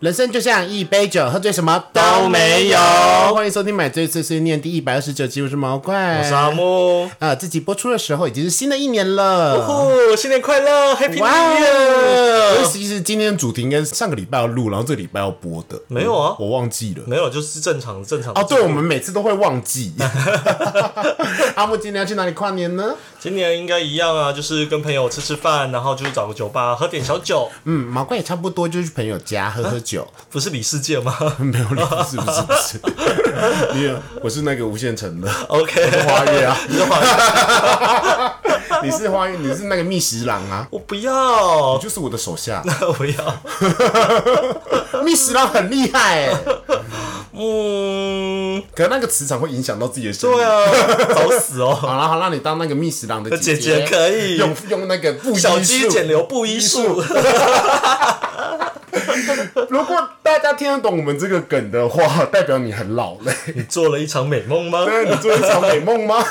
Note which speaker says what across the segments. Speaker 1: 人生就像一杯酒，喝醉什么
Speaker 2: 都没有
Speaker 1: 欢迎收听《买醉碎碎念》第一百二十九集，我是毛怪。
Speaker 2: 我是阿木，
Speaker 1: 呃，这集播出的时候已经是新的一年了。
Speaker 2: 哦，新年快乐，Happy New
Speaker 1: 哇哦！因为
Speaker 2: Year！
Speaker 1: 其实今天的主题应该是上个礼拜要录，然后这个礼拜要播的。嗯
Speaker 2: 没有啊
Speaker 1: 我忘记了。
Speaker 2: 没有，就是正常正常。
Speaker 1: 哦，对，我们每次都会忘 记。 阿木今年要去哪里跨年呢？
Speaker 2: 今年应该一样啊，就是跟朋友吃吃饭，然后就是找个酒吧喝点小酒，
Speaker 1: 嗯，毛怪也差不多，就是去朋友家喝喝 酒。
Speaker 2: 不是李世界吗
Speaker 1: 没有理，不是不是不是， 没有，我是那个无限城的。
Speaker 2: ？OK，
Speaker 1: 花月啊，
Speaker 2: 你的话
Speaker 1: 你是花月，你是那个密室狼啊，
Speaker 2: 我不要
Speaker 1: 你，就是我的手下。
Speaker 2: 我不要，
Speaker 1: 密室狼很厉害哎、
Speaker 2: 嗯，
Speaker 1: 可那个磁场会影响到自己的声音。
Speaker 2: 对啊，找死哦。
Speaker 1: 好了好啦，你当那个密室狼的
Speaker 2: 姐
Speaker 1: 姐
Speaker 2: 姐可以
Speaker 1: 用用那个布衣
Speaker 2: 小鸡
Speaker 1: 术
Speaker 2: 剪流布衣术，
Speaker 1: 如果大家听得懂我们这个梗的话，代表你很老嘞。
Speaker 2: 你做了一场美梦吗？
Speaker 1: 那你做一场美梦 吗？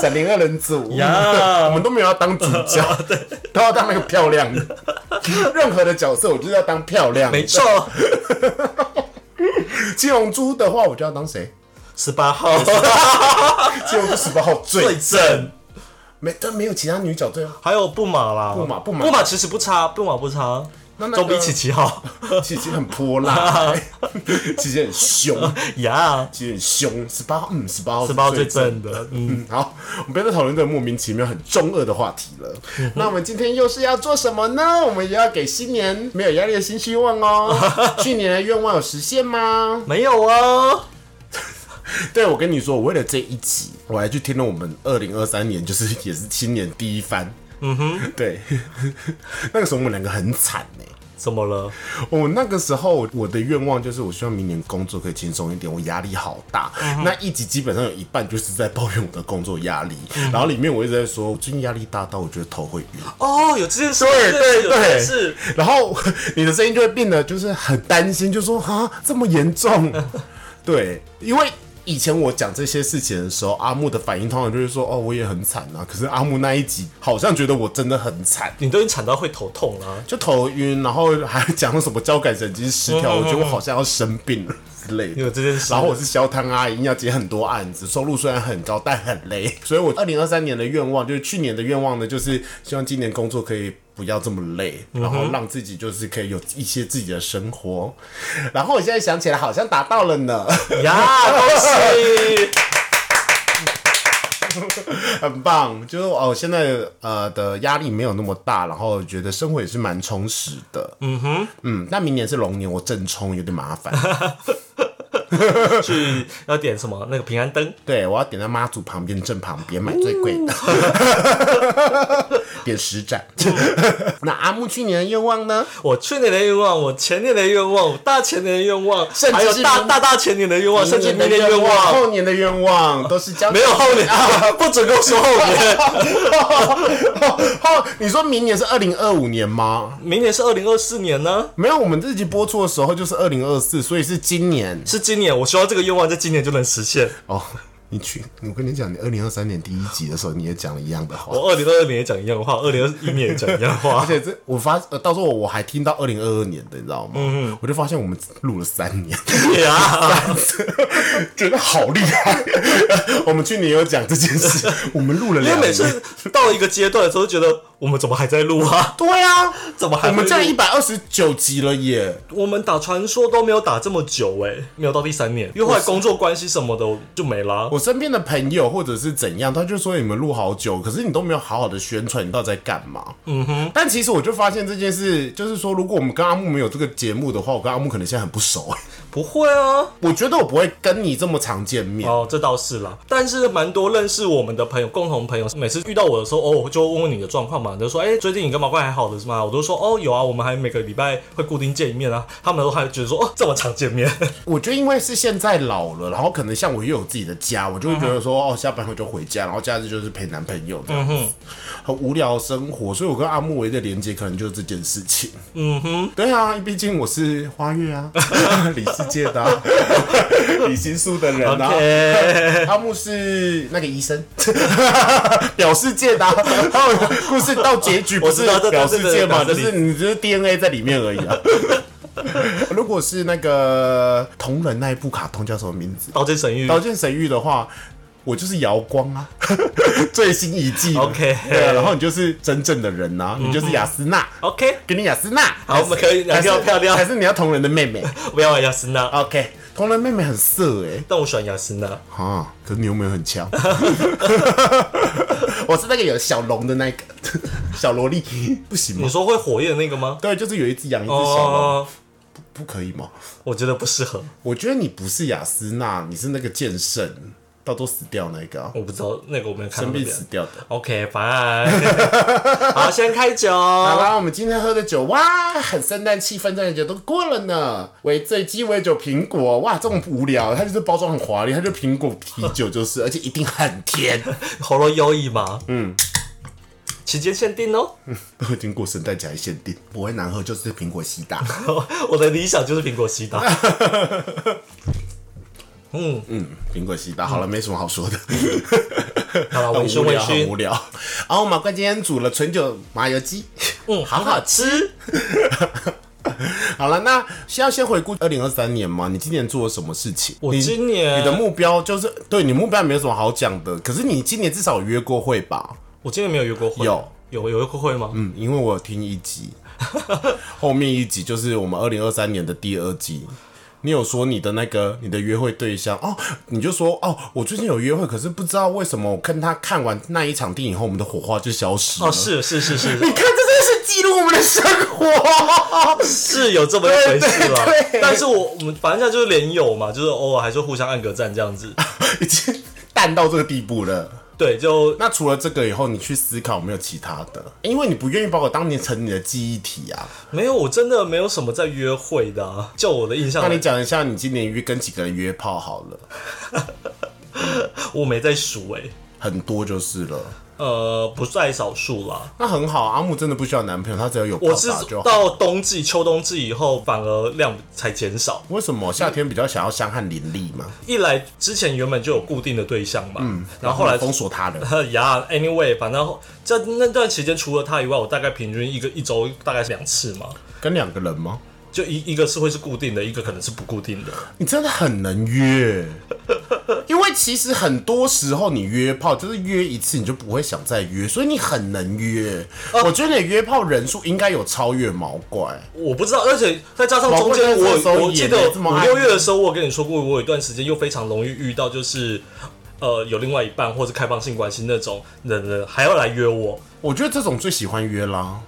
Speaker 1: 闪灵二人组
Speaker 2: 呀
Speaker 1: 我们都没有要当主角， 都要当那个漂亮的。任何的角色，我就是要当漂亮的。
Speaker 2: 没错，
Speaker 1: 七龙珠的话，我就要当谁？
Speaker 2: 十八号
Speaker 1: 七龙珠十八号最
Speaker 2: 最正，
Speaker 1: 没，但没有其他女角最好。
Speaker 2: 还有布马啦，
Speaker 1: 布马布马
Speaker 2: 布马其实不差，布马不差，
Speaker 1: 那那
Speaker 2: 总比
Speaker 1: 个
Speaker 2: 琪琪 好
Speaker 1: 琪琪很泼 辣，琪琪很凶，
Speaker 2: 呀。
Speaker 1: 琪琪很凶。十八号，嗯，十八号，
Speaker 2: 十八最。正 的，嗯，
Speaker 1: 嗯，好，我们不要再讨论这个莫名其妙、很中二的话题了。 那我们今天又是要做什么呢？我们也要给新年没有压力的新希望哦。 去年的愿望有实现吗？
Speaker 2: 没有啊，
Speaker 1: 对，我跟你说，我为了这一集，我还去听了我们二零二三年，就是也是新年第一番。嗯哼，对， 那个时候我们两个很惨欸呢、
Speaker 2: 怎么了？
Speaker 1: 我哦那个时候我的愿望就是，我希望明年工作可以轻松一点，我压力好大。那一集基本上有一半就是在抱怨我的工作压力，然后里面我一直在说，我最近压力大到我觉得头会晕。
Speaker 2: 哦，有这件事，
Speaker 1: 对对
Speaker 2: 有这件
Speaker 1: 对，
Speaker 2: 事，
Speaker 1: 然后你的声音就会变得就是很担心，就说啊这么严重， 对，因为。以前我讲这些事情的时候，阿木的反应通常就是说：“哦，我也很惨啊。”可是阿木那一集好像觉得我真的很惨，
Speaker 2: 你都已经惨到会头痛了、
Speaker 1: 就头晕，然后还讲什么交感神经失调，我觉得我好像要生病了之类的。
Speaker 2: 你有这件事
Speaker 1: 然 后我是消汤阿姨，要接很多案子，收入虽然很高，但很累。所以我二零二三年的愿望，就是去年的愿望呢，就是希望今年工作可以不要这么累，然后让自己就是可以有一些自己的生活。然后我现在想起来，好像达到了呢，
Speaker 2: 呀，恭喜！
Speaker 1: 很棒。就是哦，现在呃的压力没有那么大，然后觉得生活也是蛮充实的。嗯哼，嗯，那明年是龙年，我正冲有点麻烦。
Speaker 2: 去要点什么？那个平安灯，
Speaker 1: 对，我要点在妈祖旁边正旁边买最贵的，
Speaker 2: 嗯
Speaker 1: 点十盏。 那阿木去年的愿望呢？
Speaker 2: 我去年的愿望，我前年的愿望，我大前年的愿望，
Speaker 1: 甚至
Speaker 2: 还有
Speaker 1: 是
Speaker 2: 大
Speaker 1: 明
Speaker 2: 大大前年的愿望，甚至明年愿望，
Speaker 1: 后年的愿望都是交
Speaker 2: 没有后年，不准跟我说后年。
Speaker 1: 后。哦你说明年是二零二五年吗？
Speaker 2: 明年是二零二四年呢，
Speaker 1: 没有，我们这集播出的时候就是二零二四，所以是今年
Speaker 2: 是今年，我希望这个愿望在今年就能实 现。
Speaker 1: 哦。你去，我跟你讲，你二零二三年第一集的时候你也讲了一样的话。
Speaker 2: 我二零二二年也讲一样的话，二零二一年也讲一样的
Speaker 1: 而
Speaker 2: 话，
Speaker 1: 且这我发，呃到时候我还听到二零二二年的，你知道吗？
Speaker 2: 嗯
Speaker 1: 我就发现我们录了三年。
Speaker 2: 对啊，
Speaker 1: 觉得好厉害。我们去年有讲这件事，我们录了
Speaker 2: 因为
Speaker 1: 两
Speaker 2: 每
Speaker 1: 年。
Speaker 2: 次到一个阶段的时候，觉得我们怎么还在录啊？
Speaker 1: 对啊，
Speaker 2: 怎么还
Speaker 1: 我
Speaker 2: 会
Speaker 1: 们
Speaker 2: 录
Speaker 1: 这样一百二十九集了耶？
Speaker 2: 我们打传说都没有打这么久哎、没有到第三年，因为后来工作关系什么的就没啦。
Speaker 1: 我身边的朋友或者是怎样，他就说你们录好久，可是你都没有好好的宣传，你到底在干嘛？嗯哼。但其实我就发现这件事，就是说，如果我们跟阿木没有这个节目的话，我跟阿木可能现在很不熟。哎
Speaker 2: 不会啊，
Speaker 1: 我觉得我不会跟你这么常见面。
Speaker 2: 哦，这倒是啦。但是蛮多认识我们的朋友，共同朋友，每次遇到我的时候，哦，我就问问你的状况嘛，就说，哎、最近你跟毛怪还好的是吗？我都说，哦，有啊，我们还每个礼拜会固定见一面啊。他们都还觉得说，哦，这么常见面，
Speaker 1: 我觉得因为是现在老了，然后可能像我又有自己的家，我就会觉得说，哦，下班后就回家，然后假日就是陪男朋友这样子，很无聊的生活。所以我跟阿木唯一的连接可能就是这件事情。
Speaker 2: 嗯哼，
Speaker 1: 对啊，毕竟我是花月 啊，李世界的、 啊， 李心素的啊人啊。
Speaker 2: OK
Speaker 1: 阿木是那个医生， 表世界的、啊，然后故事到结局不
Speaker 2: 我
Speaker 1: 是
Speaker 2: 知道这
Speaker 1: 表世界嘛，
Speaker 2: 这
Speaker 1: 就
Speaker 2: 这
Speaker 1: 是你就是 DNA 在里面而已啊。 如果是那个同人那一部卡通叫什么名字？
Speaker 2: 刀剑神域
Speaker 1: 刀剑神域的话，我就是瑶光啊， 最新一季的
Speaker 2: OK
Speaker 1: 对啊，然后你就是真正的人呐、啊，你就是雅斯娜，
Speaker 2: ，OK，
Speaker 1: 给你雅斯娜，
Speaker 2: 哦好我们可以
Speaker 1: 还是
Speaker 2: 两个漂亮
Speaker 1: 还是你要同人的妹妹
Speaker 2: 不要玩雅斯娜，啊
Speaker 1: ？OK，同人妹妹很色哎、
Speaker 2: 但我喜欢雅斯娜。
Speaker 1: 啊，可是你又没有很强， 我是那个有小龙的那个 小萝莉，不行
Speaker 2: 你
Speaker 1: 吗？
Speaker 2: 说会火焰那个吗？
Speaker 1: 对，就是有一只羊一只小龙，
Speaker 2: 哦，
Speaker 1: 不可以吗？
Speaker 2: 我觉得不适合，
Speaker 1: 我觉得你不是雅斯娜，你是那个剑圣，到都死掉那个啊、
Speaker 2: 我不知道那个我没有看
Speaker 1: 生
Speaker 2: 到那
Speaker 1: 病
Speaker 2: 边。
Speaker 1: 死掉的。
Speaker 2: OK，拜。 好，先开酒。
Speaker 1: 好啦，我们今天喝的酒哇，很圣诞气氛，圣诞节都过了呢。尾醉鸡尾酒苹果哇，这种无聊，它就是包装很华丽，它就苹果啤酒就是，而且一定很甜。
Speaker 2: 喉咙优异嘛，嗯，期间限定哦。
Speaker 1: 都已经过圣诞节还限定，不会难喝就是苹果西打。
Speaker 2: 我的理想就是苹 果西打。嗯，
Speaker 1: 嗯，苹果西打好了，没什么好说的，
Speaker 2: 好了，
Speaker 1: 很
Speaker 2: 微醺
Speaker 1: 无
Speaker 2: 嗯微
Speaker 1: 聊，很无
Speaker 2: 醺，
Speaker 1: 聊。然后马怪今天煮了纯酒麻油鸡。
Speaker 2: 嗯，好好吃。
Speaker 1: 好了，那先要先回顾二零二三年嘛，你今年做了什么事情？
Speaker 2: 我
Speaker 1: 你
Speaker 2: 今年
Speaker 1: 你的目标就是对你目标没有什么好讲的，可是你今年至少有约过会吧？
Speaker 2: 我今天没有约过会，
Speaker 1: 有
Speaker 2: 有有约过会吗？
Speaker 1: 嗯，因为我有听一集， 后面一集就是我们二零二三年的第二集。你有说你的那个你的约会对象哦，你就说哦，我最近有约会，可是不知道为什么我跟他看完那一场电影后，我们的火花就消失了。
Speaker 2: 哦，是是是是
Speaker 1: 你看，这真的是记录我们的生活。
Speaker 2: 是有这么一回事啦
Speaker 1: 对对对。
Speaker 2: 但是我我们反正现在就是连友嘛，就是偶尔还是互相按个赞这样子。
Speaker 1: 已经淡到这个地步了。
Speaker 2: 对，就
Speaker 1: 那除了这个以后，你去思考有没有其他的？因为你不愿意把我当年成你的记忆体啊。
Speaker 2: 没有，我真的没有什么在约会的、啊。就我的印象
Speaker 1: 那，你讲一下你今年约跟几个人约炮好了，
Speaker 2: 我没在数哎、
Speaker 1: 很多就是了。
Speaker 2: 呃，不在少数啦。
Speaker 1: 那很好，阿木真的不需要男朋友，他只要有炮
Speaker 2: 我是
Speaker 1: 打就好。
Speaker 2: 到冬季、秋冬季以后，反而量才减少。
Speaker 1: 为什么夏天比较想要香汗淋漓嘛？
Speaker 2: 一来之前原本就有固定的对象嘛，然后后来
Speaker 1: 嗯封锁他人。
Speaker 2: 呀，anyway，反正在那段期间，除了他以外，我大概平均一个一周大概是两次嘛，
Speaker 1: 跟两个人吗？
Speaker 2: 就一一个是会是固定的，一个可能是不固定的。
Speaker 1: 你真的很能约， 因为其实很多时候你约炮就是约一次你就不会想再约，所以你很能约。
Speaker 2: 哦
Speaker 1: 我觉得你的约炮人数应该有超越毛怪。
Speaker 2: 我不知道，而且再加上
Speaker 1: 毛
Speaker 2: 中
Speaker 1: 怪
Speaker 2: 间
Speaker 1: 在这时候
Speaker 2: 我我
Speaker 1: 也
Speaker 2: 记得
Speaker 1: 没这么
Speaker 2: 五
Speaker 1: 爱
Speaker 2: 六
Speaker 1: 你
Speaker 2: 月的时候，我有跟你说过，我有一段时间又非常容易遇到就是。呃，有另外一半或是开放性关系那种人人还要来约我，
Speaker 1: 我觉得这种最喜欢约啦，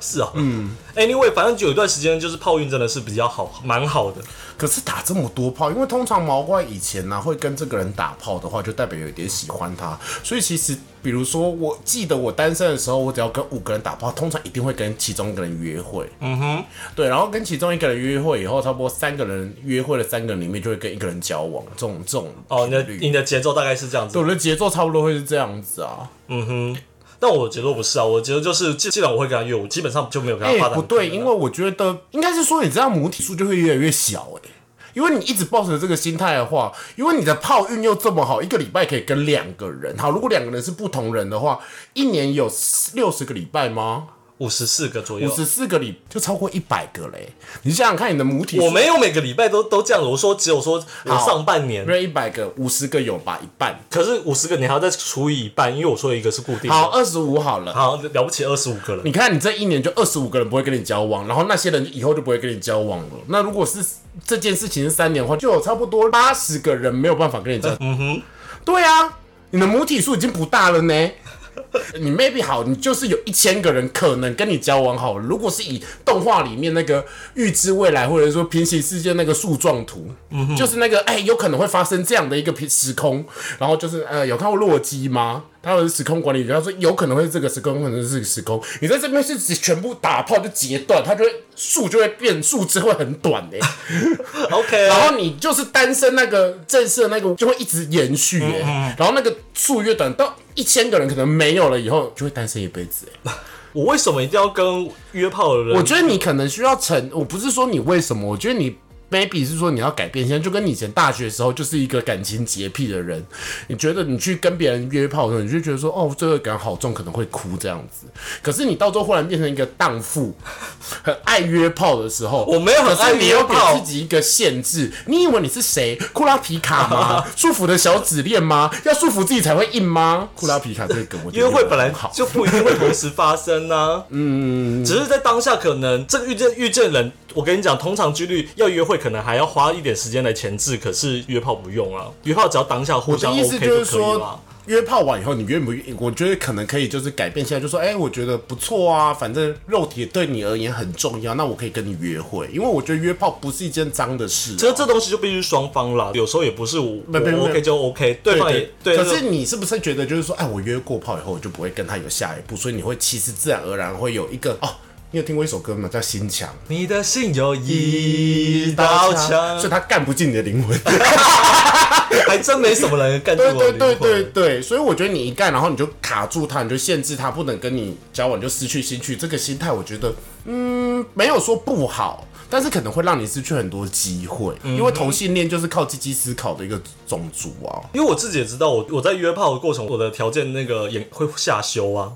Speaker 2: 是啊，嗯，anyway，反正有一段时间就是泡运真的是比较好，蛮好的。
Speaker 1: 可是打这么多炮，因为通常毛怪以前呢、啊会跟这个人打炮的话，就代表有一点喜欢他。所以其实，比如说，我记得我单身的时候，我只要跟五个人打炮，通常一定会跟其中一个人约会。嗯哼，对，然后跟其中一个人约会以后，差不多三个人约会的三个人里面，就会跟一个人交往。这种这种
Speaker 2: 哦，你的
Speaker 1: 频率
Speaker 2: 你的节奏大概是这样子
Speaker 1: 对，我的节奏差不多会是这样子啊。
Speaker 2: 但我的节奏不是啊，我的节奏就是既既然我会跟他约，我基本上就没有跟他
Speaker 1: 哎、
Speaker 2: 发展、
Speaker 1: 不对，因为我觉得应该是说，你这样母体数就会越来越小、哎。因为你一直抱着这个心态的话，因为你的炮运又这么好，一个礼拜可以跟两个人。好，如果两个人是不同人的话，一年有六十个礼拜吗？
Speaker 2: 五十四个左右
Speaker 1: 五，十四个礼就超过一百个嘞！你想想看，你的母体数
Speaker 2: 我没有每个礼拜都都这样，我说只有说我
Speaker 1: 好
Speaker 2: 上半年
Speaker 1: 没，有一百个，五十个有吧，一半。
Speaker 2: 可是五十个你还要再除以一半，因为我说一个是固定的。
Speaker 1: 好，，二十五好了。
Speaker 2: 好了不起二十五个了。
Speaker 1: 你看，你这一年就二十五个人不会跟你交往，然后那些人以后就不会跟你交往了。那如果是这件事情是三年的话，就有差不多八十个人没有办法跟你交。嗯哼，对啊，你的母体数已经不大了呢。你 maybe 好，你就是有一千个人可能跟你交往好了。如果是以动画里面那个预知未来，或者说平行世界那个树状图，就是那个哎、有可能会发生这样的一个平时空，然后就是呃，有看过洛基吗？他有时空管理员，他说有可能会是这个时空，可能是这个时空。你在这边是全部打炮就截断，它就会树就会变树枝会很短哎、
Speaker 2: OK，
Speaker 1: 然后你就是单身那个正式的那个就会一直延续耶、然后那个数越短，到一千个人可能没有了以后，就会单身一辈子耶、
Speaker 2: 我为什么一定要跟约炮的人？
Speaker 1: 我觉得你可能需要成，我不是说你为什么，我觉得你 maybe 是说你要改变，现在就跟你以前大学的时候就是一个感情洁癖的人，你觉得你去跟别人约炮的时候，你就觉得说哦罪恶感好重，可能会哭这样子。可是你到最后忽然变成一个荡妇， 很爱约炮的时候，
Speaker 2: 我没有很
Speaker 1: 可是
Speaker 2: 爱
Speaker 1: 你
Speaker 2: 约
Speaker 1: 又给
Speaker 2: 炮
Speaker 1: 自己一个限制。你以为你是谁？库拉皮卡 吗？束缚的小指链吗？要束缚自己才会硬吗？库拉皮卡这个梗我觉
Speaker 2: 约
Speaker 1: 得
Speaker 2: 会本来
Speaker 1: 很好，
Speaker 2: 就不一定会同时发生呢、嗯，只是在当下可能这个遇见遇见人，我跟你讲，通常几率要约会可能还要花一点时间来前置，可是约炮不用啊，约炮只要当下互
Speaker 1: 我的
Speaker 2: 相
Speaker 1: 意思
Speaker 2: OK
Speaker 1: 就是
Speaker 2: 可以了
Speaker 1: 说。，约炮完以后，你愿不愿意？我觉得可能可以，就是改变现在，就说，哎、我觉得不错啊，反正肉体对你而言很重要，那我可以跟你约会，因为我觉得约炮不是一件脏的事、啊
Speaker 2: 其实这东西就必须双方啦，有时候也不是我
Speaker 1: 没没没
Speaker 2: 我 OK 就 OK，对方也对。
Speaker 1: 可
Speaker 2: 就是
Speaker 1: 你是不是觉得就是说，哎，我约过炮以后，我就不会跟他有下一步，所以你会其实自然而然会有一个哦，你有听过一首歌吗？叫《心墙》。
Speaker 2: 你的心有一道墙
Speaker 1: 所以，他干不进你的灵魂。
Speaker 2: 还真没什么人干住
Speaker 1: 对
Speaker 2: 我的
Speaker 1: 对
Speaker 2: 灵
Speaker 1: 对
Speaker 2: 魂。
Speaker 1: 对对，所以我觉得你一干，然后你就卡住他，你就限制他，不能跟你交往，你就失去兴趣。这个心态，我觉得，嗯，没有说不好，但是可能会让你失去很多机会，
Speaker 2: 嗯
Speaker 1: 因为同性恋就是靠积极思考的一个种族啊。
Speaker 2: 因为我自己也知道，我我在约炮的过程，我的条件那个也会下修啊。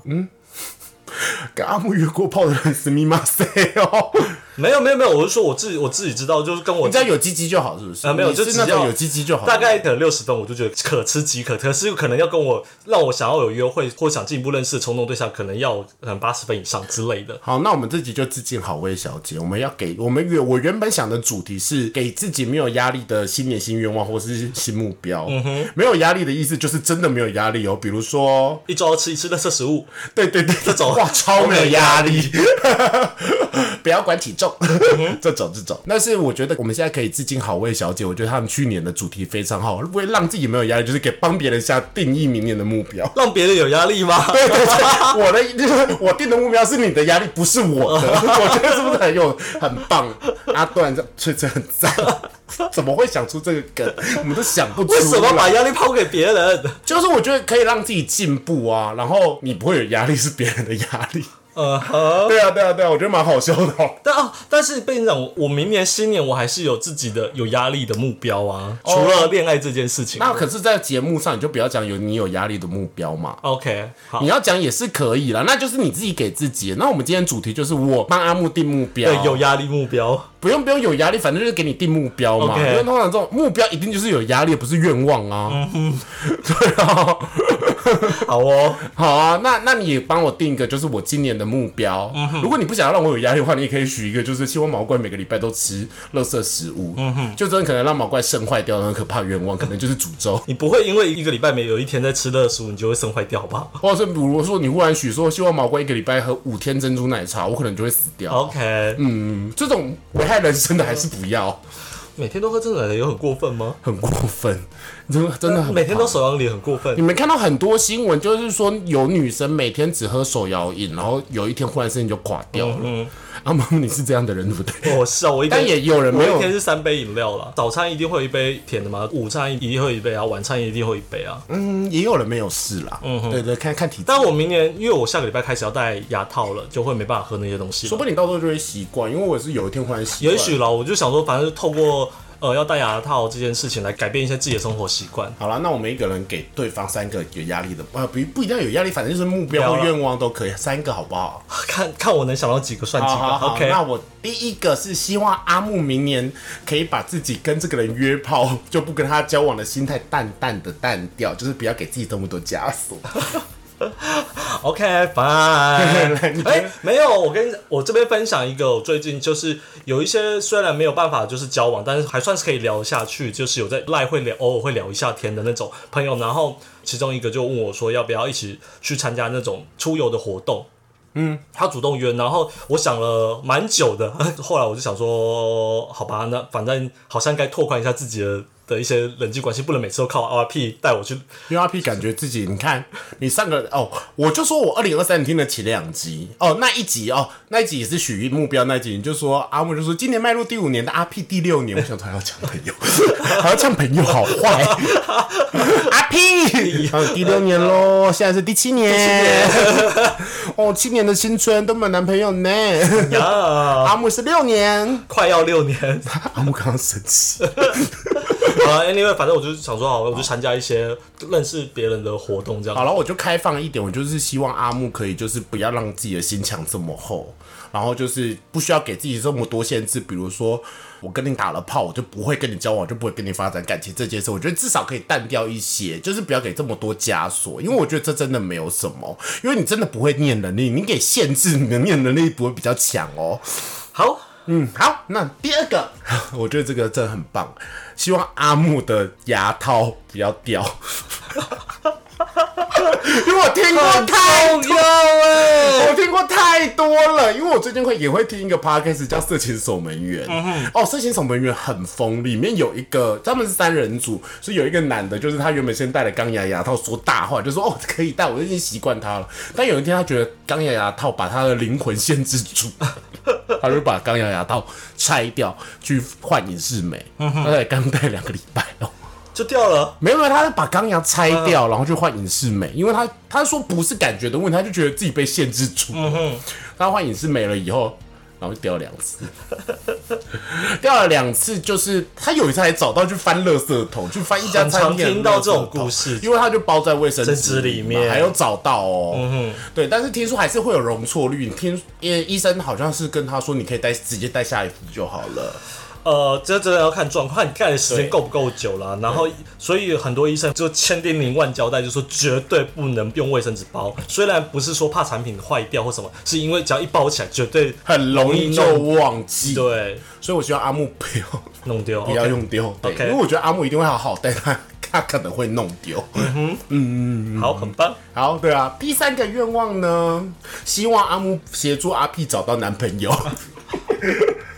Speaker 1: 跟阿木约过炮的人是密码谁 哦？
Speaker 2: 没有没有没有，我是说我自己我自己知道，就是跟我
Speaker 1: 你只要有鸡鸡就好，是不是？
Speaker 2: 啊没有
Speaker 1: 你
Speaker 2: 就是只
Speaker 1: 那种
Speaker 2: 要
Speaker 1: 有鸡鸡就好。
Speaker 2: 大概可能六十分，我就觉得可吃即可，可是可能要跟我让我想要有约会或想进一步认识的冲动对象，可能要可能八十分以上之类的。
Speaker 1: 好，那我们这集就致敬好味小姐。我们要给我们原我原本想的主题是给自己没有压力的新年新愿望或是新目标。没有压力的意思就是真的没有压力哦。比如说，
Speaker 2: 一周要吃一次垃圾食物，
Speaker 1: 对对对，
Speaker 2: 这种
Speaker 1: 哇超没有压力， 嗯不要管体重， 这种这种。但是我觉得我们现在可以致敬好味小姐，我觉得他们去年的主题非常好，不会让自己没有压力，就是给帮别人下定义明年的目标。
Speaker 2: 让别人有压 力吗？
Speaker 1: 对对对，我的就是我定的目标是你的压力，不是我的。 我觉得是不是很有很棒？阿段这确实很赞，怎么会想出这个梗？我们都想不出
Speaker 2: 为什么把
Speaker 1: 来。
Speaker 2: 压力抛给别人？
Speaker 1: 就是我觉得可以让自己进步啊，然后你不会有压力，是别人的压力。
Speaker 2: 呃呵。
Speaker 1: 对啊，对啊，对啊，我觉得蛮好笑的哦。
Speaker 2: 但啊，但是被你讲，我明年新年我还是有自己的有压力的目标啊，除了恋爱这件事 情。
Speaker 1: 哦那可是，在节目上你就不要讲有你有压力的目标嘛。
Speaker 2: OK，好
Speaker 1: 你，要讲也是可以啦，那就是你自己给自己。那我们今天主题就是我帮阿木定目标，
Speaker 2: 对，有压力目标。
Speaker 1: 不用不用有压力，反正就是给你定目标嘛。
Speaker 2: OK
Speaker 1: 因为通常这种目标一定就是有压力，不是愿望啊。 对啊，
Speaker 2: 好哦，
Speaker 1: 好啊，那那你也帮我定一个，就是我今年的目标。如果你不想要让我有压力的话，你也可以许一个，就是希望毛怪每个礼拜都吃垃圾食物。就真的可能让毛怪肾坏掉，那很可怕的愿望，可能就是诅咒。
Speaker 2: 你不会因为一个礼拜没有一天在吃乐食物，你就会生坏掉吧
Speaker 1: 或者是比如说你忽然许说希望毛怪一个礼拜喝五天珍珠奶茶，我可能就会死
Speaker 2: 哦
Speaker 1: 掉。
Speaker 2: ？OK，
Speaker 1: 这种危害人生的还是不要，
Speaker 2: 每天都喝真奶有很过分吗？
Speaker 1: 很过分，真的真的很
Speaker 2: 每天
Speaker 1: 怕
Speaker 2: 都手摇饮很过分
Speaker 1: 你。们看到很多新闻，就是说有女生每天只喝手摇饮，然后有一天忽然身体就垮掉了。阿妈、你是这样的人对不对？
Speaker 2: 我是啊，我一天
Speaker 1: 但也有人没有
Speaker 2: 我一天是三杯饮料啦。早餐一定会有一杯甜的嘛，午餐一定会有一杯啊，晚餐一定会有一杯啊。
Speaker 1: 嗯，也有人没有事啦。嗯，对对，看看体质。
Speaker 2: 但我明年因为我下个礼拜开始要戴牙套了，就会没办法喝那些东西了
Speaker 1: 说。不定到时候就会习惯，因为我也是有一天忽然习惯。
Speaker 2: 也许啦，我就想说，反正就透过呃要戴牙套这件事情来改变一下自己的生活习惯。
Speaker 1: 好啦，那我们一个人给对方三个有压力的，啊，不不一定要有压力，反正就是目
Speaker 2: 不
Speaker 1: 标
Speaker 2: 要
Speaker 1: 或
Speaker 2: 啦
Speaker 1: 愿望都可以，三个好不好？
Speaker 2: 看看我能想到几个算几
Speaker 1: 好好
Speaker 2: 个
Speaker 1: 好
Speaker 2: ，OK？
Speaker 1: 那我第一个是希望阿木明年可以把自己跟这个人约炮就不跟他交往的心态淡淡的淡掉，就是不要给自己这么多枷锁。
Speaker 2: OK fine
Speaker 1: 你。觉得
Speaker 2: 哎、没有，我跟我这边分享一个，我最近就是有一些虽然没有办法就是交往，但是还算是可以聊得下去，就是有在赖会聊，偶尔会聊一下天的那种朋友。然后其中一个就问我说，要不要一起去参加那种出游的活动？嗯，他主动约，然后我想了蛮久的，后来我就想说，好吧，那反正好像该拓宽一下自己的的一些人际关系，不能每次都靠 RP 带我去
Speaker 1: 因为阿 P 感觉自己，你看你上个哦，我就说我二零二三听了前两集哦，那一集哦，那一集也是许愿目标那一集，你就说阿木就说今年迈入第五年的阿 P 第六年，我想说还要讲朋 友，还要讲朋友好坏， 哦阿 P，啊第六年喽，现在是第七年， 哦，七年的青春都没有男朋友 呢。
Speaker 2: 呀，
Speaker 1: 阿木是六年，
Speaker 2: 啊快要六年
Speaker 1: 阿木刚刚生气。
Speaker 2: 啊，anyway，反正我就是想说，好，我就参加一些认识别人的活动，这样
Speaker 1: 好。了，我就开放一点，我就是希望阿木可以就是不要让自己的心墙这么厚，然后就是不需要给自己这么多限制，比如说我跟你打了炮，我就不会跟你交往，就不会跟你发展感情这件事，我觉得至少可以淡掉一些，就是不要给这么多枷锁，因为我觉得这真的没有什么，因为你真的不会念能力，你给限制你的念能力不会比较强哦。
Speaker 2: 好，
Speaker 1: 嗯，好，那第二个， 我觉得这个真的很棒，希望阿木的牙套不要 掉，因为我听过太
Speaker 2: 重要 哎。
Speaker 1: 我听过太多了，因为我最近会也会听一个 podcast 叫《色情守门员》。哦，《色情守门员》很疯，里面有一个他们是三人组，所以有一个男的，就是他原本先戴了钢牙牙套说大话，就说哦可以戴，我已经习惯他了。但有一天他觉得钢牙牙套把他的灵魂限制住，他就把钢牙牙套拆掉去换隐适美。他才刚戴两个礼拜哦。
Speaker 2: 就掉了。
Speaker 1: 没有没有，他是把钢牙拆
Speaker 2: 嗯
Speaker 1: 掉，然后去换隐适美，因为他他说不是感觉的问题，他就觉得自己被限制住。嗯、他换隐适美了以后，然后就掉了两次，掉了两次，就是他有一次还找到去翻垃圾桶，去翻一家餐
Speaker 2: 很常
Speaker 1: 厅的
Speaker 2: 听到这
Speaker 1: 垃
Speaker 2: 种
Speaker 1: 圾桶
Speaker 2: 故事
Speaker 1: 因为他就包在卫生
Speaker 2: 生纸里
Speaker 1: 嘛
Speaker 2: 面
Speaker 1: 还有找到哦。嗯对，但是听说还是会有容错率，听医医生好像是跟他说，你可以带直接带下一副就好了。
Speaker 2: 呃，这真的要看状况，看你盖的时间够不够久啦。然后，所以很多医生就千叮咛万交代，就说绝对不能用卫生纸包。虽然不是说怕产品坏掉或什么，是因为只要一包起来，绝 对
Speaker 1: 很容易就
Speaker 2: 弄
Speaker 1: 忘记，
Speaker 2: 对
Speaker 1: 所以我希望阿木不要
Speaker 2: 弄丢。
Speaker 1: 不要
Speaker 2: OK
Speaker 1: 用丢。对
Speaker 2: OK
Speaker 1: 因为我觉得阿木一定会好好带他， 他可能会弄丢。
Speaker 2: 嗯
Speaker 1: 嗯
Speaker 2: 好，很棒。
Speaker 1: 好，对啊。第三个愿望呢，希望阿木协助阿 P 找到男朋 友。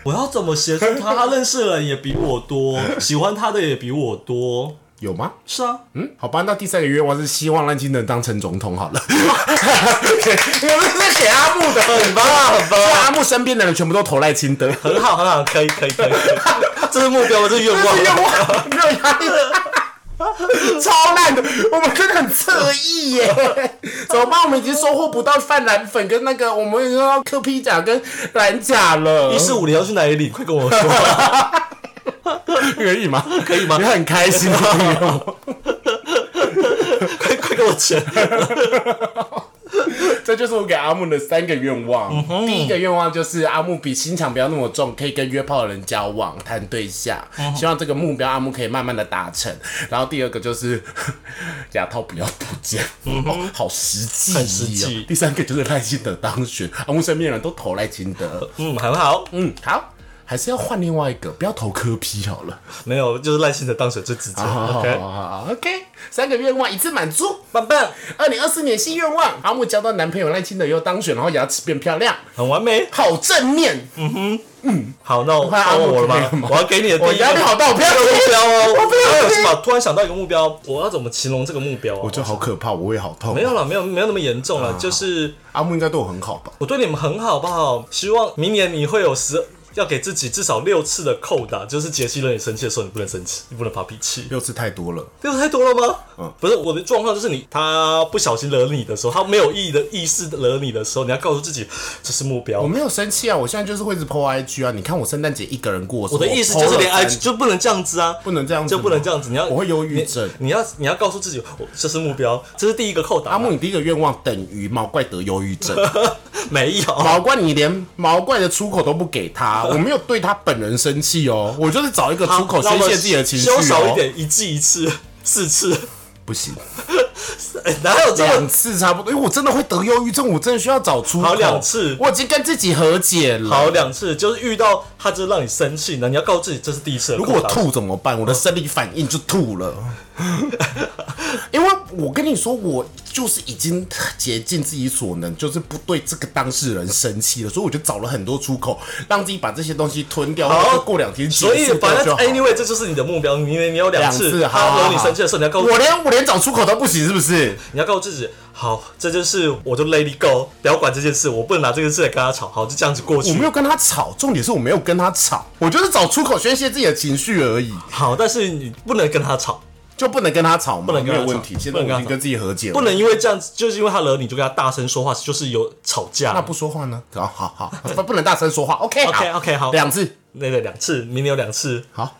Speaker 2: 我要怎么协助他？他认识的人也比我 多，喜欢他的也比我多。
Speaker 1: 有吗？
Speaker 2: 是啊，
Speaker 1: 嗯，好吧，那第三个愿望是希望烂金能当成总统好 了。我们是给阿木的，很 棒很棒。阿木身边的人全部都投赖清德，
Speaker 2: 很好，很好，可以，可以，可以。可以这是目标，这是愿 望。
Speaker 1: 愿望没有压力， 超烂的，我们真的很侧翼 耶，怎么办？我们已经收获不到泛蓝粉跟那个，我们已经收到柯皮甲跟蓝甲了，
Speaker 2: 一四五零要去哪里领？快跟我 说。
Speaker 1: 可以吗？
Speaker 2: 可以 吗
Speaker 1: 你很开 心吗？
Speaker 2: 快快给我钱！
Speaker 1: 这就是我给阿木的三个愿望。第一个愿望就是阿木比心肠不要那么重，可以跟约炮的人交往、谈对象，希望这个目标阿木可以慢慢的达成。然后第二个就是 牙套不要不见，哦好实际、哦，
Speaker 2: 很实际
Speaker 1: 第三个就是赖清德当选，阿木身边的人都投赖清德。
Speaker 2: 嗯，很好。
Speaker 1: 嗯，好。还是要换另外一个，不要投科批好了。
Speaker 2: 没有，就是赖幸德当选最直 接。
Speaker 1: 哦好好
Speaker 2: OK，
Speaker 1: 好好好，OK，三个愿望一次满足。
Speaker 2: 棒棒，
Speaker 1: 二零二四年新愿望，阿木交到男朋友赖清德又当选，然后牙齿变漂亮，
Speaker 2: 很完美。
Speaker 1: 好正面。
Speaker 2: 嗯好，那我
Speaker 1: 快按
Speaker 2: 换我了
Speaker 1: 我这边
Speaker 2: 吗
Speaker 1: 吗？
Speaker 2: 我要给你的第
Speaker 1: 我
Speaker 2: 一个
Speaker 1: 压力
Speaker 2: 目
Speaker 1: 好大，我不要听。
Speaker 2: 标哦。
Speaker 1: 我不要
Speaker 2: 哎
Speaker 1: 听
Speaker 2: 我是吧？突然想到一个目标，我要怎么形容这个目标啊？
Speaker 1: 我觉啊得好可怕，我胃好痛。啊
Speaker 2: 没有了，没有，没有那么严重了。就是
Speaker 1: 阿木应该对我很好吧？
Speaker 2: 我对你们很好，好不好？希望明年你会有十。要给自己至少六次的扣打，就是杰西惹你生气的时候，你不能生气，你不能发脾气。
Speaker 1: 六次太多了，
Speaker 2: 这个太多了吗？
Speaker 1: 嗯
Speaker 2: 不是我的状况就是你他不小心惹你的时候，他没有意的意识地惹你的时候，你要告诉自己这是目标
Speaker 1: 我。没有生气啊，我现在就是会一直 PO IG 啊。你看我圣诞节一个人过，
Speaker 2: 我的意思就是连 I 就不能这样子啊，
Speaker 1: 不能这样子
Speaker 2: 就不能这样子，你要
Speaker 1: 我会忧郁症
Speaker 2: 你你要你要告诉自己，我这是目标，这是第一个扣打。
Speaker 1: 阿木，你第一个愿望等于毛怪得忧郁 症。
Speaker 2: 没有，
Speaker 1: 毛怪，你连毛怪的出口都不给他，我没有对他本人生气哦，我就是找一个出口宣泄自己的情绪
Speaker 2: 修少一
Speaker 1: 哦。
Speaker 2: 点，一季一次， 四次，
Speaker 1: 不行，
Speaker 2: 哎哪有这样
Speaker 1: 两？次差不多，因为我真的会得忧郁症，我真的需要找出口。
Speaker 2: 好两次
Speaker 1: 我已经跟自己和解了。
Speaker 2: 好，两次就是遇到他就是让你生气呢，你要告诉自己这是第一次的
Speaker 1: 如
Speaker 2: 扣
Speaker 1: 果
Speaker 2: 打。
Speaker 1: 我吐怎么办？我的生理反应就吐了。 因为我跟你说，我就是已经竭尽自己所能，就是不对这个当事人生气了，所以我就找了很多出口，让自己把这些东西吞掉，
Speaker 2: 好
Speaker 1: 或者过两天
Speaker 2: 所以
Speaker 1: 解释掉
Speaker 2: 反
Speaker 1: 就
Speaker 2: 正
Speaker 1: 好
Speaker 2: anyway 这就是你的目标，你你有两
Speaker 1: 两
Speaker 2: 次，
Speaker 1: 次，好
Speaker 2: 他
Speaker 1: 好
Speaker 2: 惹
Speaker 1: 好
Speaker 2: 你生气的时候，你要告诉
Speaker 1: 我连我连找出口都不行，是不是？
Speaker 2: 你要告诉自己，好，这就是我就 let it go，不要管这件事，我不能拿这件事来跟他吵，好，就这样子过
Speaker 1: 我没
Speaker 2: 去。
Speaker 1: 有跟他吵，重点是我没有跟他吵，我就是找出口宣泄自己的情绪而已。
Speaker 2: 好，但是你不能跟他吵，
Speaker 1: 就不能跟他吵嘛，
Speaker 2: 不能跟
Speaker 1: 没
Speaker 2: 他
Speaker 1: 有问
Speaker 2: 吵
Speaker 1: 题。现
Speaker 2: 不
Speaker 1: 在
Speaker 2: 能
Speaker 1: 我已
Speaker 2: 跟
Speaker 1: 经
Speaker 2: 他
Speaker 1: 跟自己和解了，
Speaker 2: 不能因为这样子，就是因为他惹你就跟他大声说话，就是有吵架。
Speaker 1: 那不说话呢？好好好， 不不能大声说话。OK
Speaker 2: OK OK 好，
Speaker 1: 两次
Speaker 2: 那个两次，明年有两次。
Speaker 1: 好。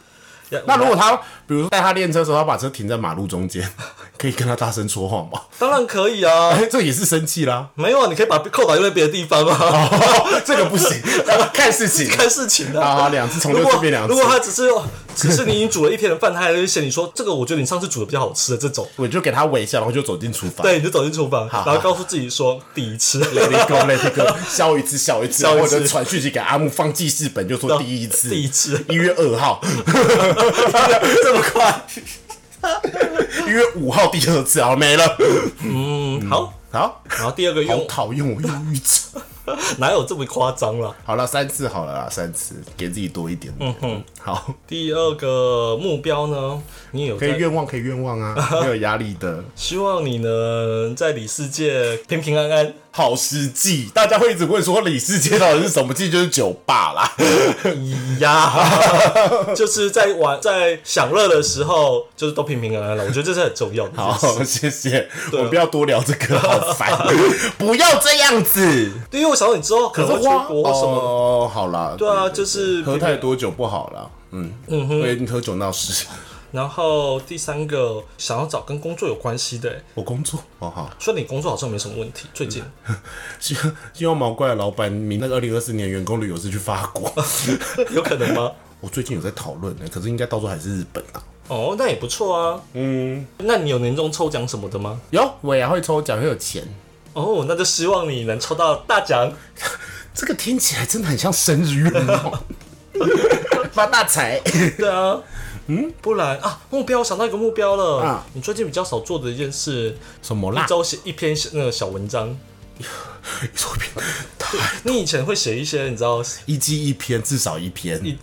Speaker 2: 要
Speaker 1: 那如果他，比如说带他练车的时候，他把车停在马路中间， 可以跟他大声说话 吗？
Speaker 2: 当然可以啊，
Speaker 1: 哎，这也是生气啦。
Speaker 2: 没有啊，你可以把扣打用在别的地方啊，
Speaker 1: 哦， 这个不行， 看事情。
Speaker 2: 看事情的、
Speaker 1: 好好，两次从
Speaker 2: 如
Speaker 1: 六
Speaker 2: 果
Speaker 1: 次变两
Speaker 2: 如
Speaker 1: 次
Speaker 2: 果，他只是只是你已经煮了一天的饭，他还在嫌你说这个，我觉得你上次煮的比较好吃的这种，
Speaker 1: 我就给他微笑，然后就走进厨房。
Speaker 2: 对，你就走进厨房，
Speaker 1: 好
Speaker 2: 然后告诉自己说第一次，
Speaker 1: Let it go，Let it go，笑一次，笑一次，
Speaker 2: 笑一次
Speaker 1: 或者传讯息给阿木放记事本，就说第一次，
Speaker 2: 第一次
Speaker 1: 一月二号，
Speaker 2: 这么快，
Speaker 1: 一月五号第二次，好没了。
Speaker 2: 嗯，好。
Speaker 1: 好，
Speaker 2: 然后第二个
Speaker 1: 好
Speaker 2: 用
Speaker 1: 讨厌我忧郁症。
Speaker 2: 哪有这么夸张啦？
Speaker 1: 好了，三次好了啦，三次，给自己多一点。嗯哼，好，
Speaker 2: 第二个目标呢，你也有
Speaker 1: 可以
Speaker 2: 在
Speaker 1: 愿望，可以愿望 啊，没有压力的。
Speaker 2: 希望你能在里世界平平安安。
Speaker 1: 好实际，大家会一直问说李世界到底是什么？其实就是酒吧啦。
Speaker 2: 呀，就是在玩在享乐的时候，就是都平平安安了。我觉得这是很重要的。
Speaker 1: 好，谢谢，我
Speaker 2: 啊
Speaker 1: 们不要多聊这个，好烦， 不要这样子。
Speaker 2: 对，因为我想到你之后可能会出国或什么。
Speaker 1: 哦，好啦，
Speaker 2: 对啊，就是
Speaker 1: 喝太多酒不好啦。嗯嗯哼，会喝酒闹事。
Speaker 2: 然后第三个想要找跟工作有关系的，欸
Speaker 1: 我工作，哦好，
Speaker 2: 说你工作好像没什么问题， 最近
Speaker 1: 希望希望毛怪的老板明那个二零二四年员工旅游是去法国。
Speaker 2: 有可能吗？
Speaker 1: 我最近有在讨论欸呢，可是应该到时候还是日本啊。
Speaker 2: 哦，那也不错啊。嗯，那你有年终抽奖什么的吗？
Speaker 1: 有，我也会抽奖，会有钱。
Speaker 2: 哦，那就希望你能抽到大 奖。
Speaker 1: 这个听起来真的很像生日愿望， 发大财。
Speaker 2: 对啊，嗯，不然啊，目标我想到一个目标了。
Speaker 1: 啊
Speaker 2: 你最近比较少做的一件事，
Speaker 1: 什么
Speaker 2: 一
Speaker 1: 啦？
Speaker 2: 周写一篇小那个小 文章。
Speaker 1: 左边
Speaker 2: 你以前会写一些，你知道
Speaker 1: 一季一篇，至少一篇。
Speaker 2: 一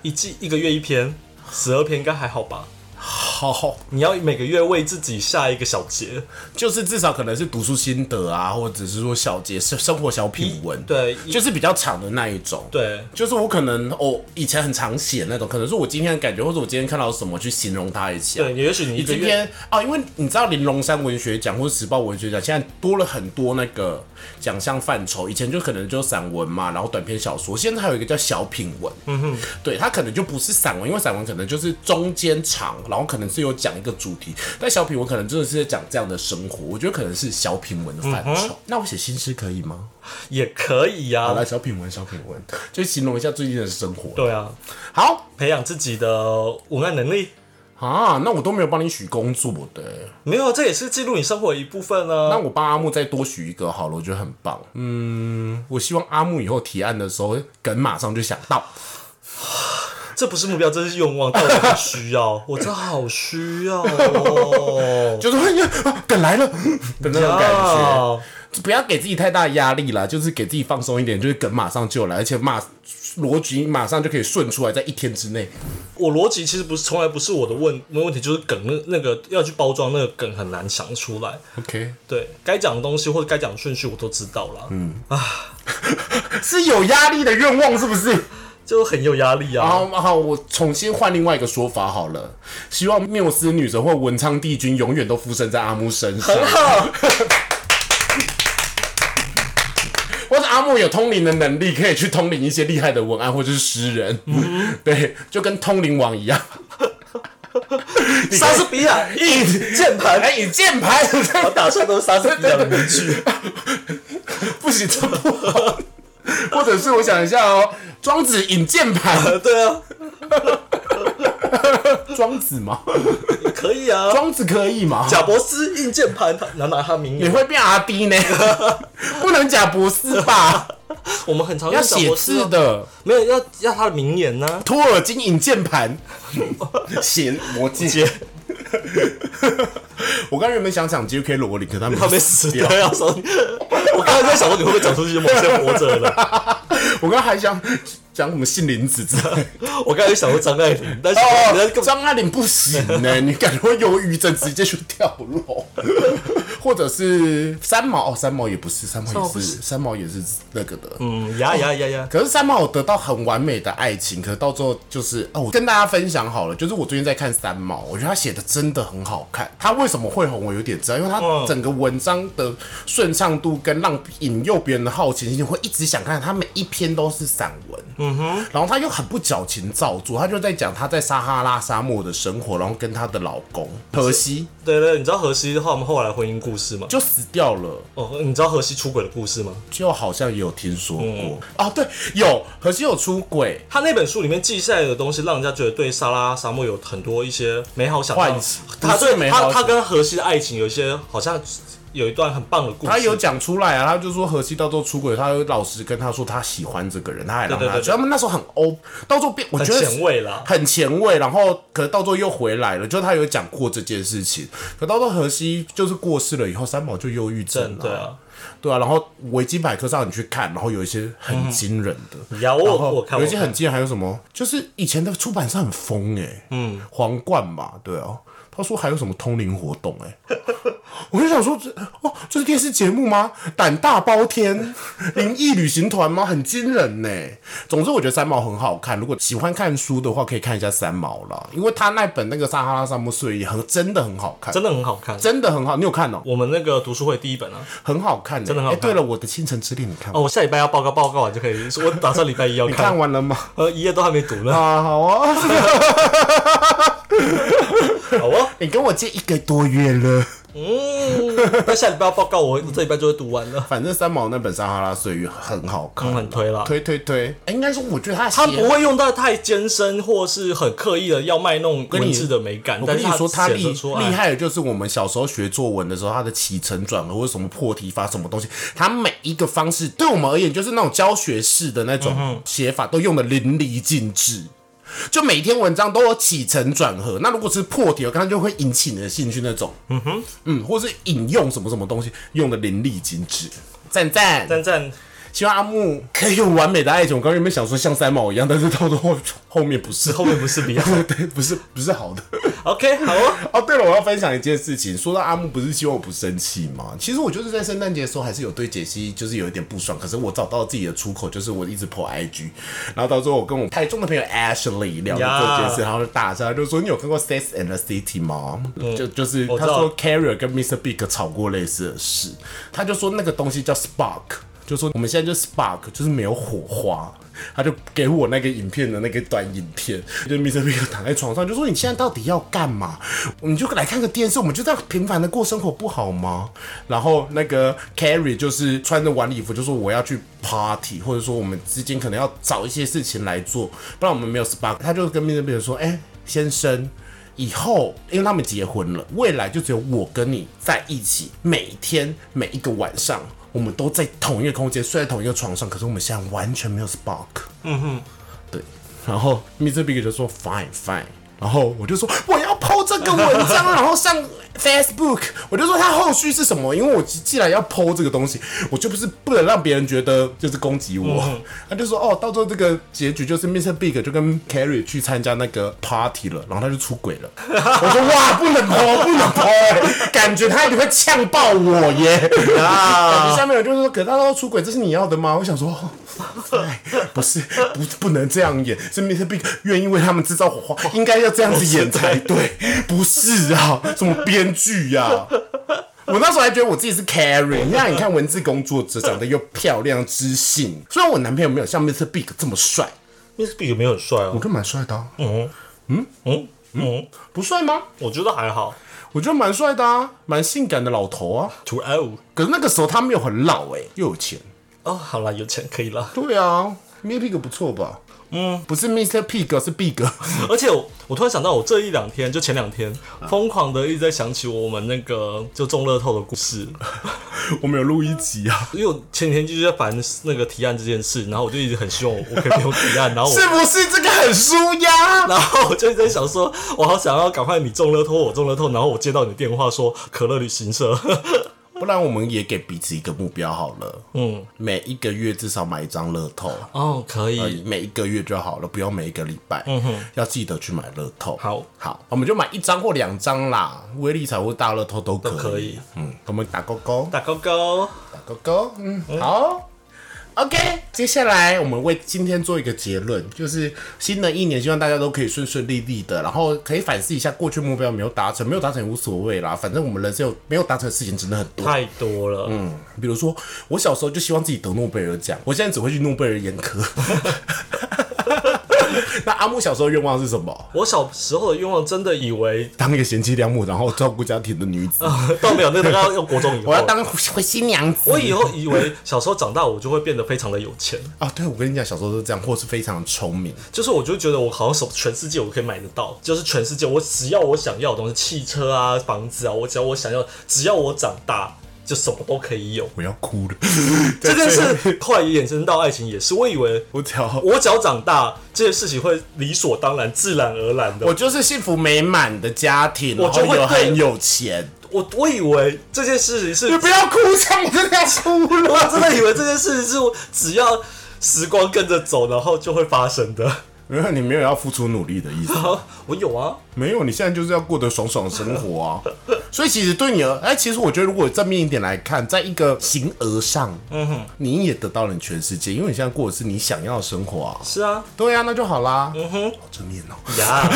Speaker 2: 一季一个月一篇，十二篇应该还好吧？
Speaker 1: 好，
Speaker 2: 你要每个月为自己下一个小节，
Speaker 1: 就是至少可能是读书心得啊，或者是说小节生生活小品文，
Speaker 2: 对一
Speaker 1: 就是比较长的那一种。。
Speaker 2: 对，
Speaker 1: 就是我可能哦，以前很常写那种，可能是我今天的感觉，或者我今天看到什么去形容它一下。
Speaker 2: 对也许你一个
Speaker 1: 今
Speaker 2: 月
Speaker 1: 天啊、因为你知道玲珑山文学奖或者时报文学奖，现在多了很多那个奖项范畴。以前就可能就散文嘛，然后短篇小说，现在还有一个叫小品文。嗯哼，对，它可能就不是散文，因为散文可能就是中间长，然后可能是有讲一个主题，但小品文可能真的是在讲这样的生活。我觉得可能是小品文的范
Speaker 2: 嗯
Speaker 1: 畴。那我写新诗可以吗？
Speaker 2: 也可以啊呀、
Speaker 1: 好来，小品文，小品文，就形容一下最近的生活。
Speaker 2: 对啊，
Speaker 1: 好。
Speaker 2: 培养自己的文案能力。
Speaker 1: 啊，那我都没有帮你许工作的、
Speaker 2: 没有，这也是记录你生活的一部分啊。
Speaker 1: 那我帮阿木再多许一个好了，我觉得很棒。嗯，我希望阿木以后提案的时候，梗马上就想到。
Speaker 2: 这不是目标，这是愿望，但我很 需要，我真的好需要哦。
Speaker 1: 就是哎呀啊梗来了的那种感觉，
Speaker 2: 要
Speaker 1: 不要给自己太大压力啦，就是给自己放松一点，就是梗马上就来，而且马逻辑马上就可以顺出来，在一天之内。
Speaker 2: 我逻辑其实不是，从来不是我的问问题，就是梗那那个要去包装那个梗很难想出来。
Speaker 1: OK，
Speaker 2: 对该讲的东西或者该讲的顺序我都知道啦，嗯，
Speaker 1: 是有压力的愿望是不是？
Speaker 2: 就很有压力 啊。
Speaker 1: 好好，我重新换另外一个说法好了，希望缪斯女神或文昌帝君永远都附身在阿木身上。或者阿木有通灵的能力，可以去通灵一些厉害的文案或者是诗人，
Speaker 2: 嗯
Speaker 1: 对，就跟通灵王一样，
Speaker 2: 莎士比亚一键盘，
Speaker 1: 哎，以键盘，
Speaker 2: 我打算都是莎士比亚啊的名句。
Speaker 1: 不行，这不好。或者是我想一下哦，庄子引键盘，
Speaker 2: 对啊，
Speaker 1: 庄子吗？
Speaker 2: 可以啊。
Speaker 1: 庄子可以吗？
Speaker 2: 贾伯斯硬键盘，他拿拿他名
Speaker 1: 你
Speaker 2: 言，
Speaker 1: 会变阿 D 呢？不能贾博士 吧？
Speaker 2: 我们很常
Speaker 1: 要
Speaker 2: 用贾
Speaker 1: 写
Speaker 2: 伯斯
Speaker 1: 字
Speaker 2: 啊，
Speaker 1: 的。
Speaker 2: 没有要要他的名言啊呢。
Speaker 1: 托尔金引键 盘，写魔戒。 我刚原本想讲 J.K. 罗琳，可他没
Speaker 2: 他没死掉，要说你， 我刚才在想说你会不会讲出去某些活着 了。
Speaker 1: 我刚还想讲什么杏林子之类。
Speaker 2: 我刚才想说张爱玲，但是人家
Speaker 1: 哦，
Speaker 2: 根本
Speaker 1: 张爱玲不行呢、你感觉会忧郁症，直接去跳楼。或者是三毛哦，三毛也不是，三
Speaker 2: 三
Speaker 1: 毛
Speaker 2: 毛
Speaker 1: 也
Speaker 2: 不
Speaker 1: 是，
Speaker 2: 是
Speaker 1: 三毛也是那个的。
Speaker 2: 嗯，呀呀呀呀，
Speaker 1: 可是三毛有得到很完美的爱情，可是到最后就是哦，我跟大家分享好了，就是我最近在看三毛，我觉得他写的真的很好看。他为什么会红，我有点知道，因为他
Speaker 2: 嗯
Speaker 1: 整个文章的顺畅度跟让引诱别人的好奇心，你会一直想看。他每一篇都是散文，嗯哼，然后他又很不矫情造作，他就在讲他在撒哈拉沙漠的生活，然后跟她的老公荷西
Speaker 2: 对对，你知道荷西他们后来婚姻故事吗？
Speaker 1: 就死掉了。
Speaker 2: 哦，你知道荷西出轨的故事吗？
Speaker 1: 就好像也有听说过、哦，对，有荷西有出轨，
Speaker 2: 他那本书里面记下来的东西，让人家觉得对莎拉沙漠有很多一些美好想象
Speaker 1: 幻想。
Speaker 2: 他
Speaker 1: 不是
Speaker 2: 对
Speaker 1: 美
Speaker 2: 他
Speaker 1: 好
Speaker 2: 他跟荷西的爱情有一些好像有一段很棒的故事。
Speaker 1: 他有讲出来啊，他就说荷西到时候出轨，他有老实跟他说他喜欢这个人，他还让
Speaker 2: 对对
Speaker 1: 他
Speaker 2: 对
Speaker 1: 觉得他们那时候很欧，到时候变我
Speaker 2: 很
Speaker 1: 觉得
Speaker 2: 前卫啦。
Speaker 1: 很前卫，然后可是到最后又回来了，就他有讲过这件事情，可到时候荷西就是过世了以后，三毛就忧郁症
Speaker 2: 真
Speaker 1: 了，
Speaker 2: 对啊，
Speaker 1: 对啊，然后维基百科上你去看，然后有一些很惊人的。
Speaker 2: 呀，我
Speaker 1: 然
Speaker 2: 嗯有
Speaker 1: 后
Speaker 2: 我看
Speaker 1: 有
Speaker 2: 我
Speaker 1: 一些
Speaker 2: 看
Speaker 1: 很惊人，还有什么？就是以前的出版社很疯哎、嗯，皇冠嘛，对啊。他说还有什么通灵活动、欸？ 哎，我就想说这哦，这是电视节目吗？胆大包天， 灵异旅行团吗？很惊人呢、总之，我觉得三毛很好看。如果喜欢看书的话，可以看一下三毛啦，因为他那本那个撒哈拉沙漠睡衣很真的很好看，
Speaker 2: 真的很好看。
Speaker 1: 真的很好。你有看哦、
Speaker 2: 我们那个读书会第一本啊，
Speaker 1: 很好看、欸，
Speaker 2: 真的很好
Speaker 1: 欸对
Speaker 2: 看
Speaker 1: 了，我的《倾城之恋》你看吗？
Speaker 2: 哦，我下礼拜要报告，报告完就可以。我打算礼拜一要
Speaker 1: 你看
Speaker 2: 看，
Speaker 1: 完了吗？
Speaker 2: 呃，一页都还没读呢。
Speaker 1: 啊，好啊。
Speaker 2: 好啊，
Speaker 1: 你跟我借一个多月了。
Speaker 2: 嗯，那下礼拜要报告，我这礼拜就会读完了。
Speaker 1: 反正三毛那本《撒哈拉岁月》很好看，
Speaker 2: 嗯很推啦
Speaker 1: 推推推。哎、应该说我觉得他
Speaker 2: 他
Speaker 1: 他
Speaker 2: 不。会用到太艰深或是很刻意的要卖弄
Speaker 1: 你
Speaker 2: 文字的美感，
Speaker 1: 我
Speaker 2: 但
Speaker 1: 跟
Speaker 2: 是
Speaker 1: 你说，他
Speaker 2: 他
Speaker 1: 厉
Speaker 2: 写得出哎来
Speaker 1: 厉害的就是我们小时候学作文的时候，他的起承转合或者什么破题法什么东西，他每一个方式对我们而言就是那种教学式的那
Speaker 2: 嗯
Speaker 1: 种写法，都用的淋漓尽致。就每篇文章都有起承转合，那如果是破题，我刚刚就会引起你的兴趣那种。嗯哼，嗯，或是引用什么什么东西，用的淋漓尽致，赞赞
Speaker 2: 赞赞，
Speaker 1: 希望阿木可以有完美的爱情。我刚原本想说像三毛一样，但是到最后后面不是，
Speaker 2: 后面不是 比较
Speaker 1: 对，不是不是好的。
Speaker 2: OK 好啊，
Speaker 1: 哦，对了，我要分享一件事情。说到阿木，不是希望我不生气吗？其实我就是在圣诞节的时候，还是有对解析就是有一点不爽。可是我找到自己的出口，就是我一直破 IG，然后到最后我跟我台中的朋友 Ashley 聊了这件事，然后就打架，就说你有看过《Sex and the City》吗？就就是
Speaker 2: 嗯我
Speaker 1: 他
Speaker 2: 知道
Speaker 1: 说 Carrier 跟 Mr. Big 吵过类似的事，他就说那个东西叫 Spark，就说我们现在就 Spark，就是没有火花。他就给我那个影片的那个短影片，就 Mr. Big 躺在床上就说：“你现在到底要干嘛？你就来看个电视，我们就这样平凡的过生活不好吗？”然后那个 Carrie 就是穿着晚礼服，就说：“我要去 party，或者说我们之间可能要找一些事情来做，不然我们没有 spark。”他就跟 Mr. Big 说：“哎、先生，以后，因为他们结婚了，未来就只有我跟你在一起，每天每一个晚上，我们都在同一个空间，睡在同一个床上，可是我们现在完全没有 spark。嗯哼，对。然后 Mr. Big 就说 Fine Fine，然后我就说我要 PO 这个文章，然后上 Facebook，我就说他后续是什么？因为我既然要 PO 这个东西，我就不是不能让别人觉得就是攻击我。他就说哦，到最后这个结局就是 Mr. Big 就跟 Carrie 去参加那个 party 了，然后他就出轨了。我说哇，不能 PO，不能 PO，、欸、感觉他一定会呛爆我耶。啊！下面有人就是说，可是他都出轨，这是你要的吗？我想说，哎，不是，不不能这样演，是 Mr. Big 愿意为他们制造火花，应该要这样子演才对，不是啊，什么编剧呀？我那时候还觉得我自己是 Carrie，你看，你看文字工作者长得又漂亮知性，虽然我男朋友没有像 Mr. Big 这么帅，
Speaker 2: Miss Big 没有很帅
Speaker 1: 我
Speaker 2: 哦，
Speaker 1: 觉得蛮帅的、啊，
Speaker 2: 嗯嗯，
Speaker 1: 不帅吗？
Speaker 2: 我觉得还好。
Speaker 1: 我觉得蛮帅的啊，蛮性感的老头啊。
Speaker 2: To L
Speaker 1: 可是那个时候他没有很老哎、又有钱。
Speaker 2: 哦，好啦，有钱可以啦。
Speaker 1: 对啊，Mr. Pig 不错吧？嗯，不是 Mr. Pig，是 Big。
Speaker 2: 而且我我突然想到，我这一两天就前两天
Speaker 1: 啊
Speaker 2: 疯狂的一直在想起我们那个就中乐透的故事，
Speaker 1: 我们有录一集啊，
Speaker 2: 因为我前几天就是在烦那个提案这件事，然后我就一直很希望我我可以不用提案，然后 我
Speaker 1: 是不是这个很舒压？
Speaker 2: 然后我就一直在想说，我好想要赶快你中乐透，我中乐透，然后我接到你的电话说可乐旅行社，
Speaker 1: 不然我们也给彼此一个目标好了，
Speaker 2: 嗯，
Speaker 1: 每一个月至少买一张乐透，
Speaker 2: 哦，可
Speaker 1: 呃
Speaker 2: 以，
Speaker 1: 每一个月就好了，不用每一个礼拜。嗯哼，要记得去买乐透。
Speaker 2: 好，
Speaker 1: 好，我们就买一张或两张啦，威力彩或大乐透都可以。
Speaker 2: 都可以
Speaker 1: 嗯，我们打勾勾，
Speaker 2: 打勾勾，
Speaker 1: 打勾勾。嗯，好。OK，接下来我们为今天做一个结论，就是新的一年，希望大家都可以顺顺利利的，然后可以反思一下过去目标有没有达成，没有达成也无所谓啦，反正我们人生有没有达成的事情真的很多。
Speaker 2: 太多了，嗯，
Speaker 1: 比如说，我小时候就希望自己得诺贝尔奖，我现在只会去诺贝尔眼科。那阿木小时候愿望是什么？
Speaker 2: 我小时候的愿望真的以为，
Speaker 1: 当一个贤妻良母，然后照顾家庭的女子。
Speaker 2: 倒没有，那个要用国中以后
Speaker 1: 我要。当回新娘子。
Speaker 2: 我以后以为小时候长大我就会变得非常的有钱，
Speaker 1: 啊，对，我跟你讲，小时候都这样，或是非常聪明。
Speaker 2: 就是我就觉得我好像什全世界我可以买得到，就是全世界我只要我想要的东西，汽车啊、房子啊，我只要我想要，只要我长大就什么都可以有。
Speaker 1: 我要哭了。
Speaker 2: 这件
Speaker 1: 所以
Speaker 2: 事后来衍生到爱情也是，我以为
Speaker 1: 我只要
Speaker 2: 我只要长大，这件事情会理所当然、自然而然的。
Speaker 1: 我
Speaker 2: 我
Speaker 1: 就是幸福美满的家庭，
Speaker 2: 我就
Speaker 1: 然后
Speaker 2: 会
Speaker 1: 有
Speaker 2: 对
Speaker 1: 很有钱。
Speaker 2: 我我以为这件事情是
Speaker 1: 你，不要哭，这样我真的要哭了。
Speaker 2: 我真的以为这件事情是我只要时光跟着走，然后就会发生的。
Speaker 1: 没有，你没有要付出努力的意 思。
Speaker 2: 好我有啊，
Speaker 1: 没有，你现在就是要过得爽爽生活啊。 所以其实对你而，哎，其实我觉得如果正面一点来看，在一个形而上，嗯哼，你也得到了你全世界，因为你现在过的是你想要的生活啊。
Speaker 2: 是啊，
Speaker 1: 对啊，那就好啦。嗯哼，好正面哦。
Speaker 2: 呀，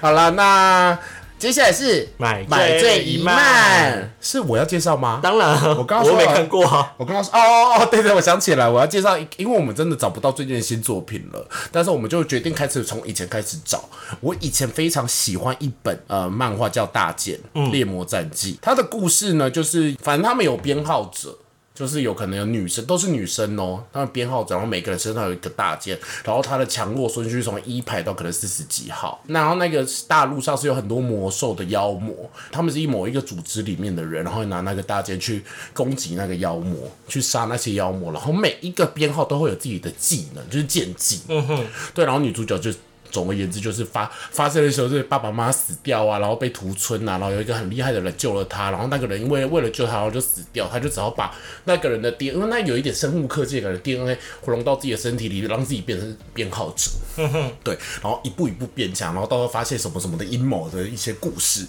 Speaker 1: 好啦，那接下来是
Speaker 2: 买醉
Speaker 1: 买醉
Speaker 2: 一
Speaker 1: 一
Speaker 2: 漫
Speaker 1: 漫，是我要介绍吗？
Speaker 2: 当然啊，
Speaker 1: 我刚刚
Speaker 2: 我
Speaker 1: 说
Speaker 2: 没
Speaker 1: 了
Speaker 2: 看过啊。
Speaker 1: 我刚刚说哦哦哦，对对，我想起来，我要介绍一，因为我们真的找不到最近的新作品了，但是我们就决定开始从以前开始找。我以前非常喜欢一本呃漫画叫《大剑猎魔战记》，它的故事呢，就是反正他们有编号者。就是有可能有女生，都是女生哦，他们编号者，然后每个人身上有一个大件，然后它的强弱顺序从一排到可能四十几号。然后那个大陆上是有很多魔兽的妖魔，他们是一某一个组织里面的人，然后拿那个大剑去攻击那个妖魔，去杀那些妖魔。然后每一个编号都会有自己的技能，就是剑技。嗯哼，对，然后女主角就。总而言之，就是发发生的时候，就是爸爸妈妈死掉啊，然后被屠村啊，然后有一个很厉害的人救了他，然后那个人因为为了救他，然后就死掉，他就只好把那个人的 DNA，因为那有一点生物科技感的 DNA 融到自己的身体里，让自己变成编号者。对，然后一步一步变强，然后到时候发现什么什么的阴谋的一些故事。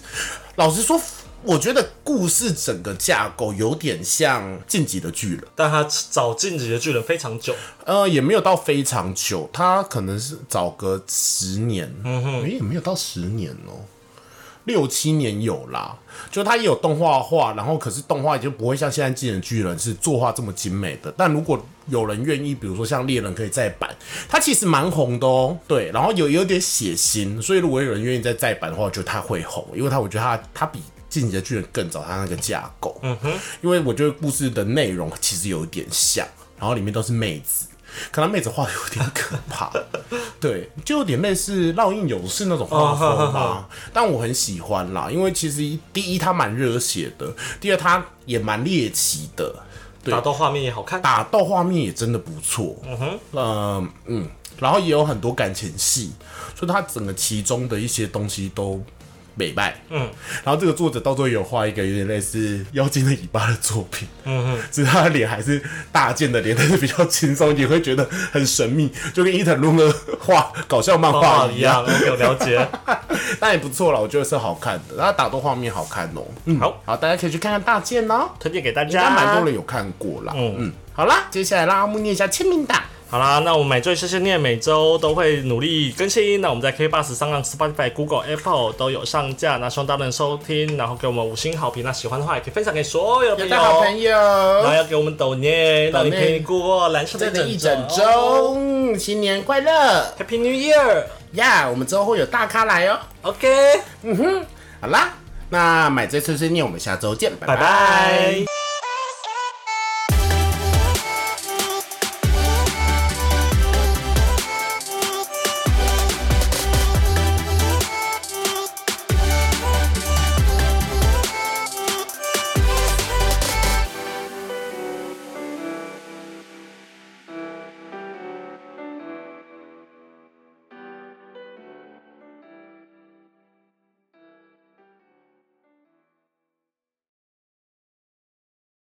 Speaker 1: 老实说，我觉得故事整个架构有点像《晋级的巨人》。
Speaker 2: 但他找晋级的巨人非常久，
Speaker 1: 呃，也没有到非常久，他可能是早个十年，嗯哼，也没有到十年哦、六七年有啦。就他也有动画化，然后可是动画也就不会像现在《进人巨人》是作画这么精美的。但如果有人愿意，比如说像猎人可以再版，它其实蛮红的哦。对，然后有有点血腥，所以如果有人愿意再再版的话，我觉得他会红，因为他我觉得他他比。进击的巨人更早，他那个架构，嗯哼，因为我觉得故事的内容其实有点像，然后里面都是妹子，可能妹子画的有点可 怕，对，就有点类似烙印勇士那种画风吧。
Speaker 2: 哦哈哈哈
Speaker 1: 但我很喜欢啦，因为其实第一它蛮热血的，第二它也蛮猎奇的，对
Speaker 2: 打斗画面也好看。
Speaker 1: 打斗画面也真的不错。嗯哼，呃、嗯，然后也有很多感情戏，所以它整个其中的一些东西都。美败，嗯，然后这个作者到最后有画一个有点类似妖精的尾巴的作品，嗯嗯，只是他的脸还是大件的脸，但是比较轻松，也会觉得很神秘，就跟伊藤润的画搞笑漫画
Speaker 2: 画
Speaker 1: 一
Speaker 2: 一
Speaker 1: 样，
Speaker 2: 样，我有了 解。
Speaker 1: 那也不错啦，我觉得是好看的，那打斗画面好看哦、嗯，
Speaker 2: 好，
Speaker 1: 好，大家可以去看看大剑哦、
Speaker 2: 推荐给大
Speaker 1: 应该
Speaker 2: 家。
Speaker 1: 蛮多人有看过啦。嗯嗯，好啦，接下来让阿木念一下签名档。
Speaker 2: 好啦，那我们买醉碎碎念每周都会努力更新。那我们在 K Bus、上浪、Spotify、Google、Apple 都有上架。那希望大家能收听，然后给我们五星好评。那喜欢的话也可以分享给所有的
Speaker 1: 有
Speaker 2: 朋
Speaker 1: 的好朋
Speaker 2: 友。然后
Speaker 1: 友，
Speaker 2: 要给我们抖念，让你
Speaker 1: 抖内
Speaker 2: 陪你度过蓝色的
Speaker 1: 这里一
Speaker 2: 整
Speaker 1: 整周，嗯新年快乐
Speaker 2: Happy New Year。
Speaker 1: 呀我们之后会有大咖来哦。
Speaker 2: OK，
Speaker 1: 好啦，那买醉碎碎念，我们下周见，拜
Speaker 2: 拜
Speaker 1: 拜
Speaker 2: 拜。